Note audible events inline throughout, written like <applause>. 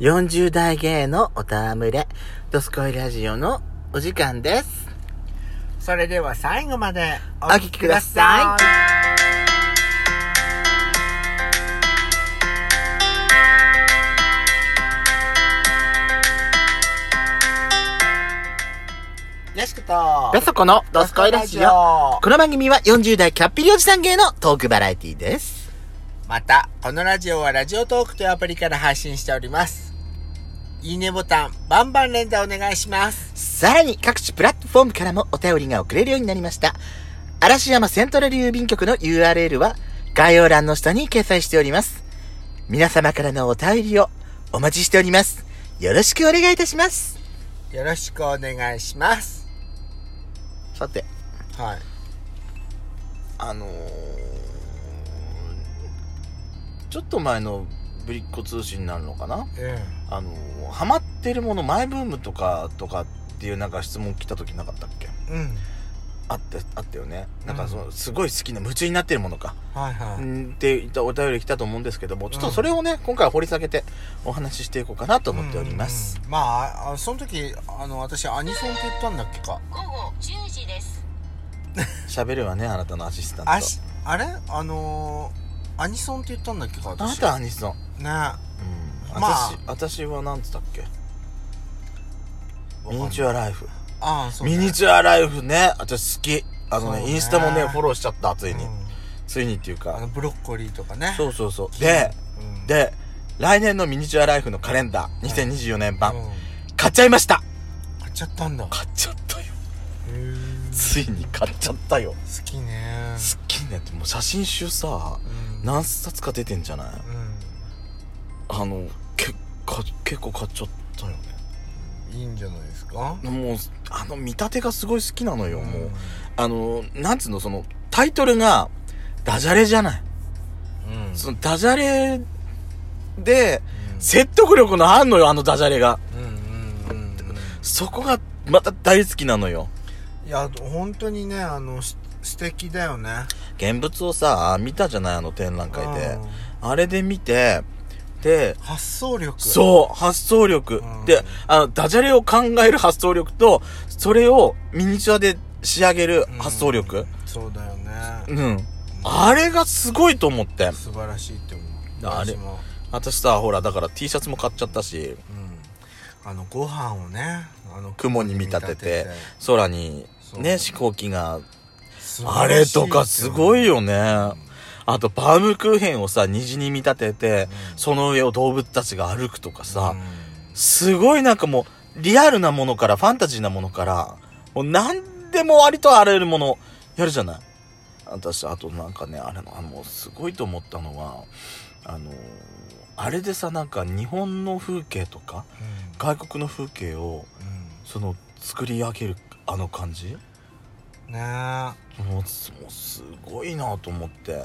40代芸のおたむれ、ドスコイラジオのお時間です。それでは最後までお聞きください。よしこと。ベソコのドスコイラジオ。オこの番組は40代キャッピリおじさん芸のトークバラエティです。また、このラジオはラジオトークというアプリから配信しております。いいねボタン、バンバン連打お願いします。さらに各種プラットフォームからもお便りが送れるようになりました。嵐山セントラル郵便局の URL は概要欄の下に掲載しております。皆様からのお便りをお待ちしております。よろしくお願いいたします。よろしくお願いします。さて、はい。あのーちょっと前のぶりっ子通信になるのかなうん。あのーハマってるものマイブームとかとかっていうなんか質問来た時なかったっけうん。あったあったよねなんかそのすごい好きな夢中になってるものか、はいはうい。ん、っていったお便り来たと思うんですけどもちょっとそれをね今回掘り下げてお話ししていこうかなと思っておりますうん、うんうんまああ、その時、あの、私、アニソンって言ったんだっけか。午後10時です。喋るわねあなたのアシスタントあし、あれあのー、アニソンって言ったんだっけか、あな私。たアニソン、ねうん、まあ私私は何つったっけかんないミニチュアライフああ、そう、ミニチュアライフね私好きあのねそうねインスタもねフォローしちゃったついに、うんついにっていうあのかブロッコリーとかね。そうそうそうで、うん、で来年のミニチュアライフのカレンダー2024年版、うん買っちゃいました買っちゃったんだ。へ買っちゃったよえ。ついに買っちゃったよ好きね。好きねってもう写真集さうん何冊か出てんじゃないうんあのけか結構買っちゃったよねいいんじゃないですか。もうあの見立てがすごい好きなのよ、もうんあのなんつうのそのタイトルがダジャレじゃない、うん。そのダジャレで説得力のあんのよあのダジャレがうんうんうんうん。そこがまた大好きなのよいや本当にねあのし素敵だよね。現物をさ見たじゃないあの展覧会でうんあれで見てで発想力。そう発想力、うんであのダジャレを考える発想力とそれをミニチュアで仕上げるうん発想力そうだよね。うん、あれがすごいと思って素晴らしいって思う。あれ私も私さほらだから T シャツも買っちゃったしうん。あのご飯をねあの雲に見立てて空にねそ飛行機が素あ晴られしいってと思うかすごいよねあとバームクーヘンをさ虹に見立ててうんその上を動物たちが歩くとかさ、うんすごいなんかもう、リアルなものから、ファンタジーなものから、もう何でも割とあらゆるもの、やるじゃない。私、あとなんかね、あれの、あの、もうすごいと思ったのは、あのー、あれでさ、なんか日本の風景とか、外国の風景を、うんその、作り上げる、あの感じうんねえもう、すもうすごいなと思って。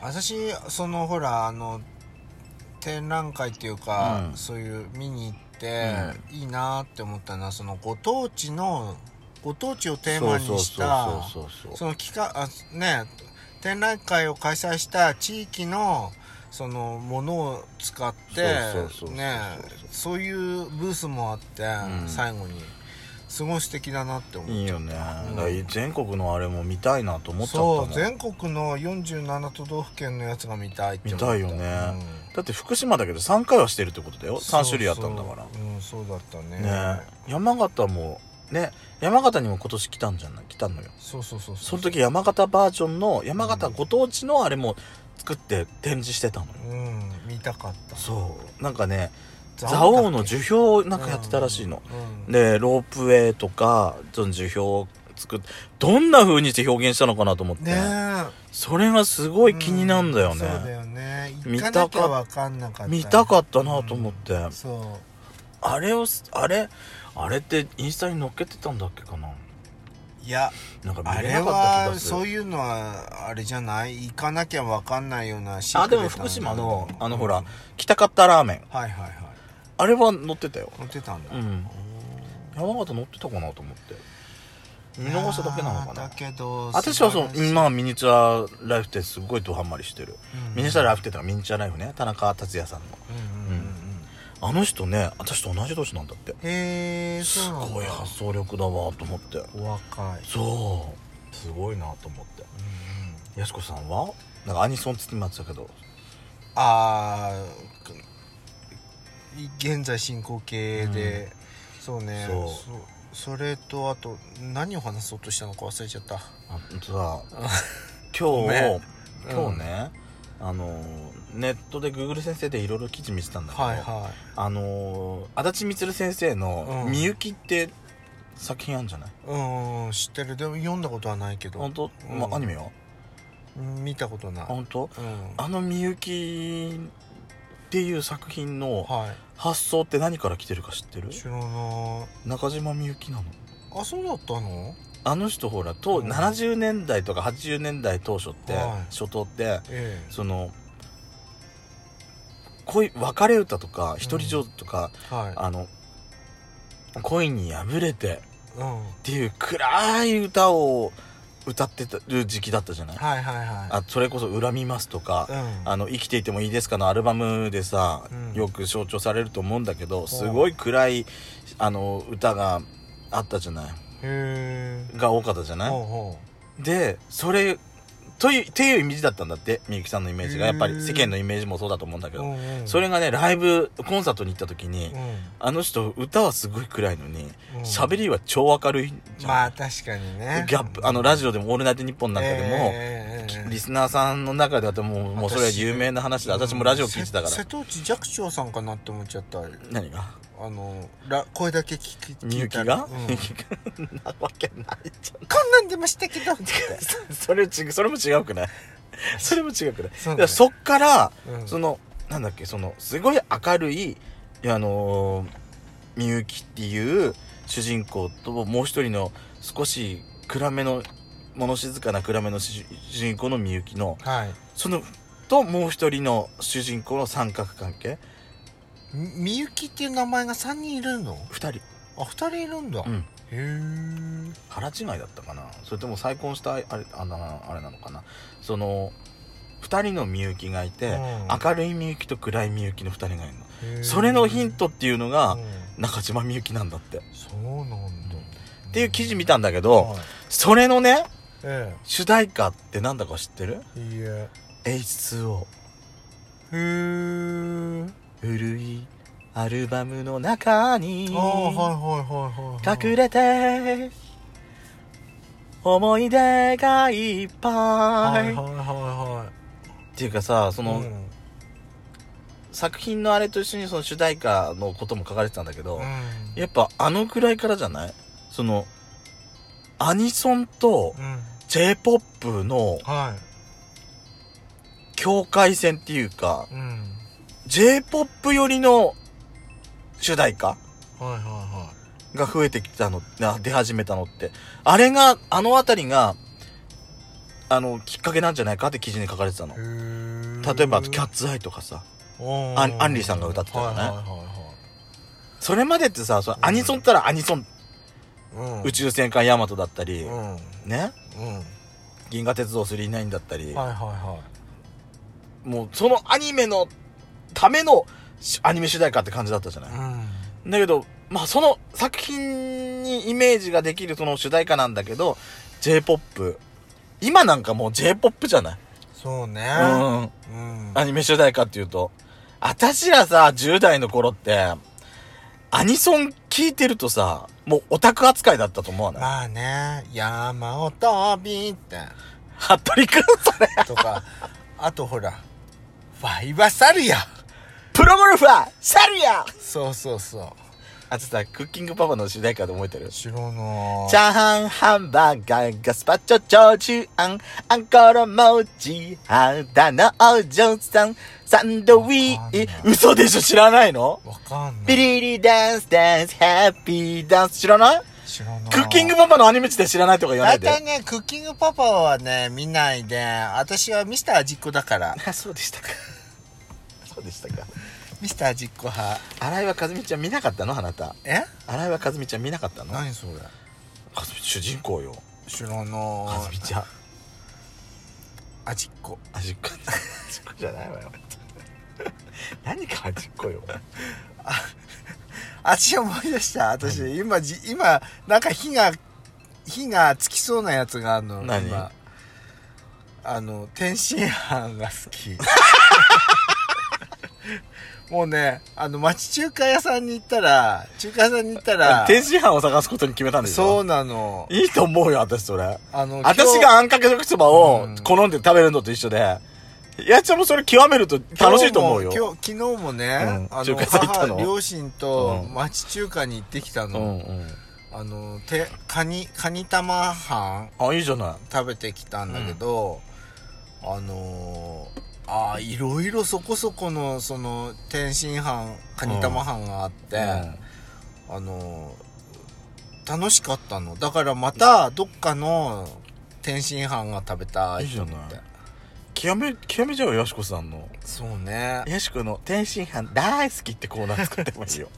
私そのほらあの展覧会っていうか、うんそういう見に行って、いいなって思ったのはそのご当地のご当地をテーマにしたそうそうそうそうそう。その企画あね展覧会を開催した地域のそのものを使ってそうそうそうそうねそういうブースもあって、ん最後にすごい素敵だなって思ったいいよね。だからうん全国のあれも見たいなと思っちゃったもそんう全国の47都道府県のやつが見たいって思った見たいよねだって福島だけど3回はしてるってことだうよん3種類あったんだからそうそううんそうだったねねえ山形もね山形にも今年来たんじゃない来たのよそうそうそうその時山形バージョンの山形ご当地のあれも作って展示してたのようん見たかったそうなんかね蔵蔵王のだっけ樹氷をなんかやってたらしいのうんでロープウェイとかその樹氷を作ってどんな風にして表現したのかなと思ってねそれがすごい気になるんだようそうだねよね見行たかかなきゃ分かんなかった見たかったなと思ってうんそあれをすあれあれってインスタに載っけてたんだっけかなういやなんか見あれれなかった気がはするそういうのはあれじゃない行かなきゃ分かんないようなシーあクレでットもな福島のあのうんほら北かったラーメンはいはいはいあれは載ってたよ乗ってたんだうん山形載ってたかなと思って見逃しただけなのかいやーなだけど私はそう素晴らしい今ミニチュアライフってすごいドハマりしてる、うんミニチュアライフっていうのはミニチュアライフね田中達也さんのうんうんうんうんああの人ね私と同じ年なんだってへえすごい発想力だわと思ってお若いそうすごいなと思ってやすこさんはなんかアニソンつってましたけどあーく現在進行形で、そうねそうそそれとあと何を話そうとしたのか忘れちゃったあ本当 <laughs> だご今めん日今日ね、あのネットで Google 先生でいろいろ記事見てたんだけど、はいはあの足立みつる先生の「うんみゆき」って作品あるんじゃない、いうん知ってるでも読んだことはないけど本当、うんまあ、アニメは見たことない、本当うん、あの「みゆき」っていう作品のは発想って何から来てるか知ってるい知らない中島みゆきなのあそうだったのあの人ほら当うん70年代とか80年代当初って、はい初頭ってええその恋別れ歌とか一人上手とか、はあの恋に破れていうんっていう暗い歌を歌ってたる時期だったじゃないはいはいはあそれこそ「恨みます」とかいうん「あの生きていてもいいですか」のアルバムでさ、うんよく象徴されると思うんだけどすごい暗いあの歌があったじゃないへえが多かったじゃないほうほでそれというっていうイメージだったんだってみゆきさんのイメージがへやーっぱり世間のイメージもそうだと思うんだけううど、んうんそれがねライブコンサートに行った時に、うんあの人歌はすごい暗いのにうん喋、りは超明るいじゃん、まあ確かにねギャップあのラジオでも「オールナイトニッポン」なんかでも、ええリスナーさんの中ではもうもうそれは有名な話で私もラジオ聞いてたかせら瀬戸内寂聴さんかなって思っちゃった何があのラ声だけ聞きみ聞ゆいきたが、らみうゆん、きが <laughs> なわけないじゃんこんなんでもしたけどってそれ違うそれも違うく <laughs> ないそれも違うくないそだうだねからそっから、うんそのなんだっけそのすごい明るいあのーみゆきっていう主人公ともう一人の少し暗めの物静かな暗めの主主人公のみゆきのはいそのともう一人の主人公の三角関係みみゆきっていう名前が3人いるの二人あ二2人いるんだ、うんへえ腹違いだったかなそれとも再婚したあれあのあれなのかなその二人のみゆきがいて、う明るいみゆきと暗いみゆきの二人がいるのんへえそれのヒントっていうのがうん中島みゆきなんだってっそうなんだていう記事見たたんだけどそれのねえ主題歌ってなんだか知ってるえいいえ ?H2O へえ古いアルバムの中にああはいはいはいはい隠れて思い出がいっぱはいいはいっはいはいていうかさそうんの作品のあれと一緒にその主題歌のことも書かれてたんだけどうんやっぱあのくらいからじゃないそのアニソンとうん j p o p のは境界線っていうかいうん j p o p 寄りの主題歌はいはいがは増えてきたのな出始めたのってあれがあの辺りがあのきっかけなんじゃないかって記事に書かれてたのいへ例えば「キャッツアイ」とかさアンアンリさんが歌ってたよねはいはいはいそれまでってさそれうんアニソンったらアニソン、はいうん宇宙戦艦ヤマトだったり、うんねうんはい銀河鉄道999だったり、はいはもうそのアニメのためのしアニメ主題歌って感じだったじゃないい、うんだけど、まあ、その作品にイメージができるその主題歌なんだけど、J-POP。今なんかもう J-POP じゃないそうねうん。うんアニメ主題歌っていうと。私らさ、10代の頃って、アニソン聴いてるとさ、もうオタク扱いだったと思わないまあね山を飛びって服部くん、それ、と <laughs> かあとほらファイバサルヤプロゴルファー、シャルヤそうそうそうあとさ、クッキングパパの主題歌で覚えてる白のチャーハン、ハンバーガー、ガスパチョ、長州あん、あんころ餅、肌のお嬢さん、サンドウィわかんなーい、嘘でしょ知らないのわかんなピいリリダンス、ダンス、ハッピーダンス、知らない白のクッキングパパのアニメ地で知らないとか言わな大いで。体ね、クッキングパパはね、見ないで、私はミスター味っ子 <laughs> だから。あ、そうでしたか。そうでしたか。ミスター味っ子派。荒井は和美ちゃん見なかったのあなた。え荒井は和美ちゃん見なかったの和美何それ主人公よ。白の和美ちゃん。味っ子。 <laughs> あ、実家。実家じゃないわよ。何か端っこよ。あ、私思い出した。私、今じ、今、なんか火が、火がつきそうなやつがあるの。何今あの、天津飯が <laughs> 好き。もうね、あの、町中華屋さんに行ったら、中華屋さんに行ったら、天津飯を探すことに決めたんですそうよ。なの。いいと思うよ、私それ。あの、私今があんかけ焼きそばをうん好んで食べるのと一緒で、やっちゃんもそれ極めると日楽しいと思うよ。今日も、今日昨日もね、うんあ中の、華さん行ったの母、両親とうん町中華に行ってきたうの。んうん。あの、て、カニ、カニ玉飯あ、いいじゃない。食べてきたんだけど、あのー、ああ、いろいろそこそこの、その、天津飯、カニ玉飯があって、あのー、楽しかったの。だからまた、どっかの天津飯が食べたいと思っいいじてゃ。極め、極めちゃうよ、やしこさんの。そうね。やしこの天津飯大好きってコーナー作ってもいいよ。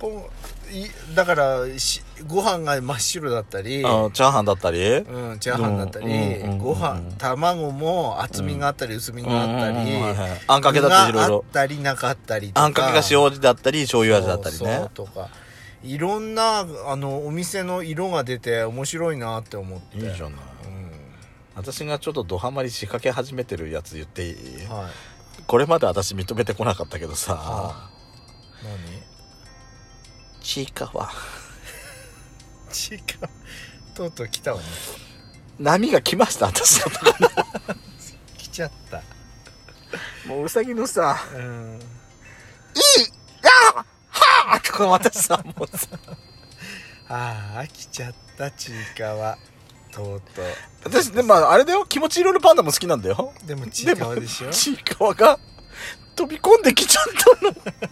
こういだからしご飯が真っ白だった <laughs> り、あチャーハンだったり。うん、チャーハンだったり、うんうんご飯うん卵も厚みがあったり薄みがあったり、うんうんうんはいはいあんかけだったりいろい具があろっ。たりなかったりとかあんかけが塩味だったり、醤油味だったりそうそねう。とかいろんなあのお店の色が出て面白いなって思っていいじゃない。う私がちょっとドハマり仕掛け始めてるやつ言っていいんはいこれまで私認めてこなかったけどはさ、何 <laughs> ちいかわ。ちかとうとう来たわね波が来ました、私のとこ来ちゃったろ。 <laughs> もううさぎのさ、うんいいあはあとか私さ、もうさ、ああ来ちゃったちいかわとうとう私、でもあれだよ、気持ちいろいろパンダも好きなんだよ。でもちいかわでしょちいかわが飛び込んできちゃったの。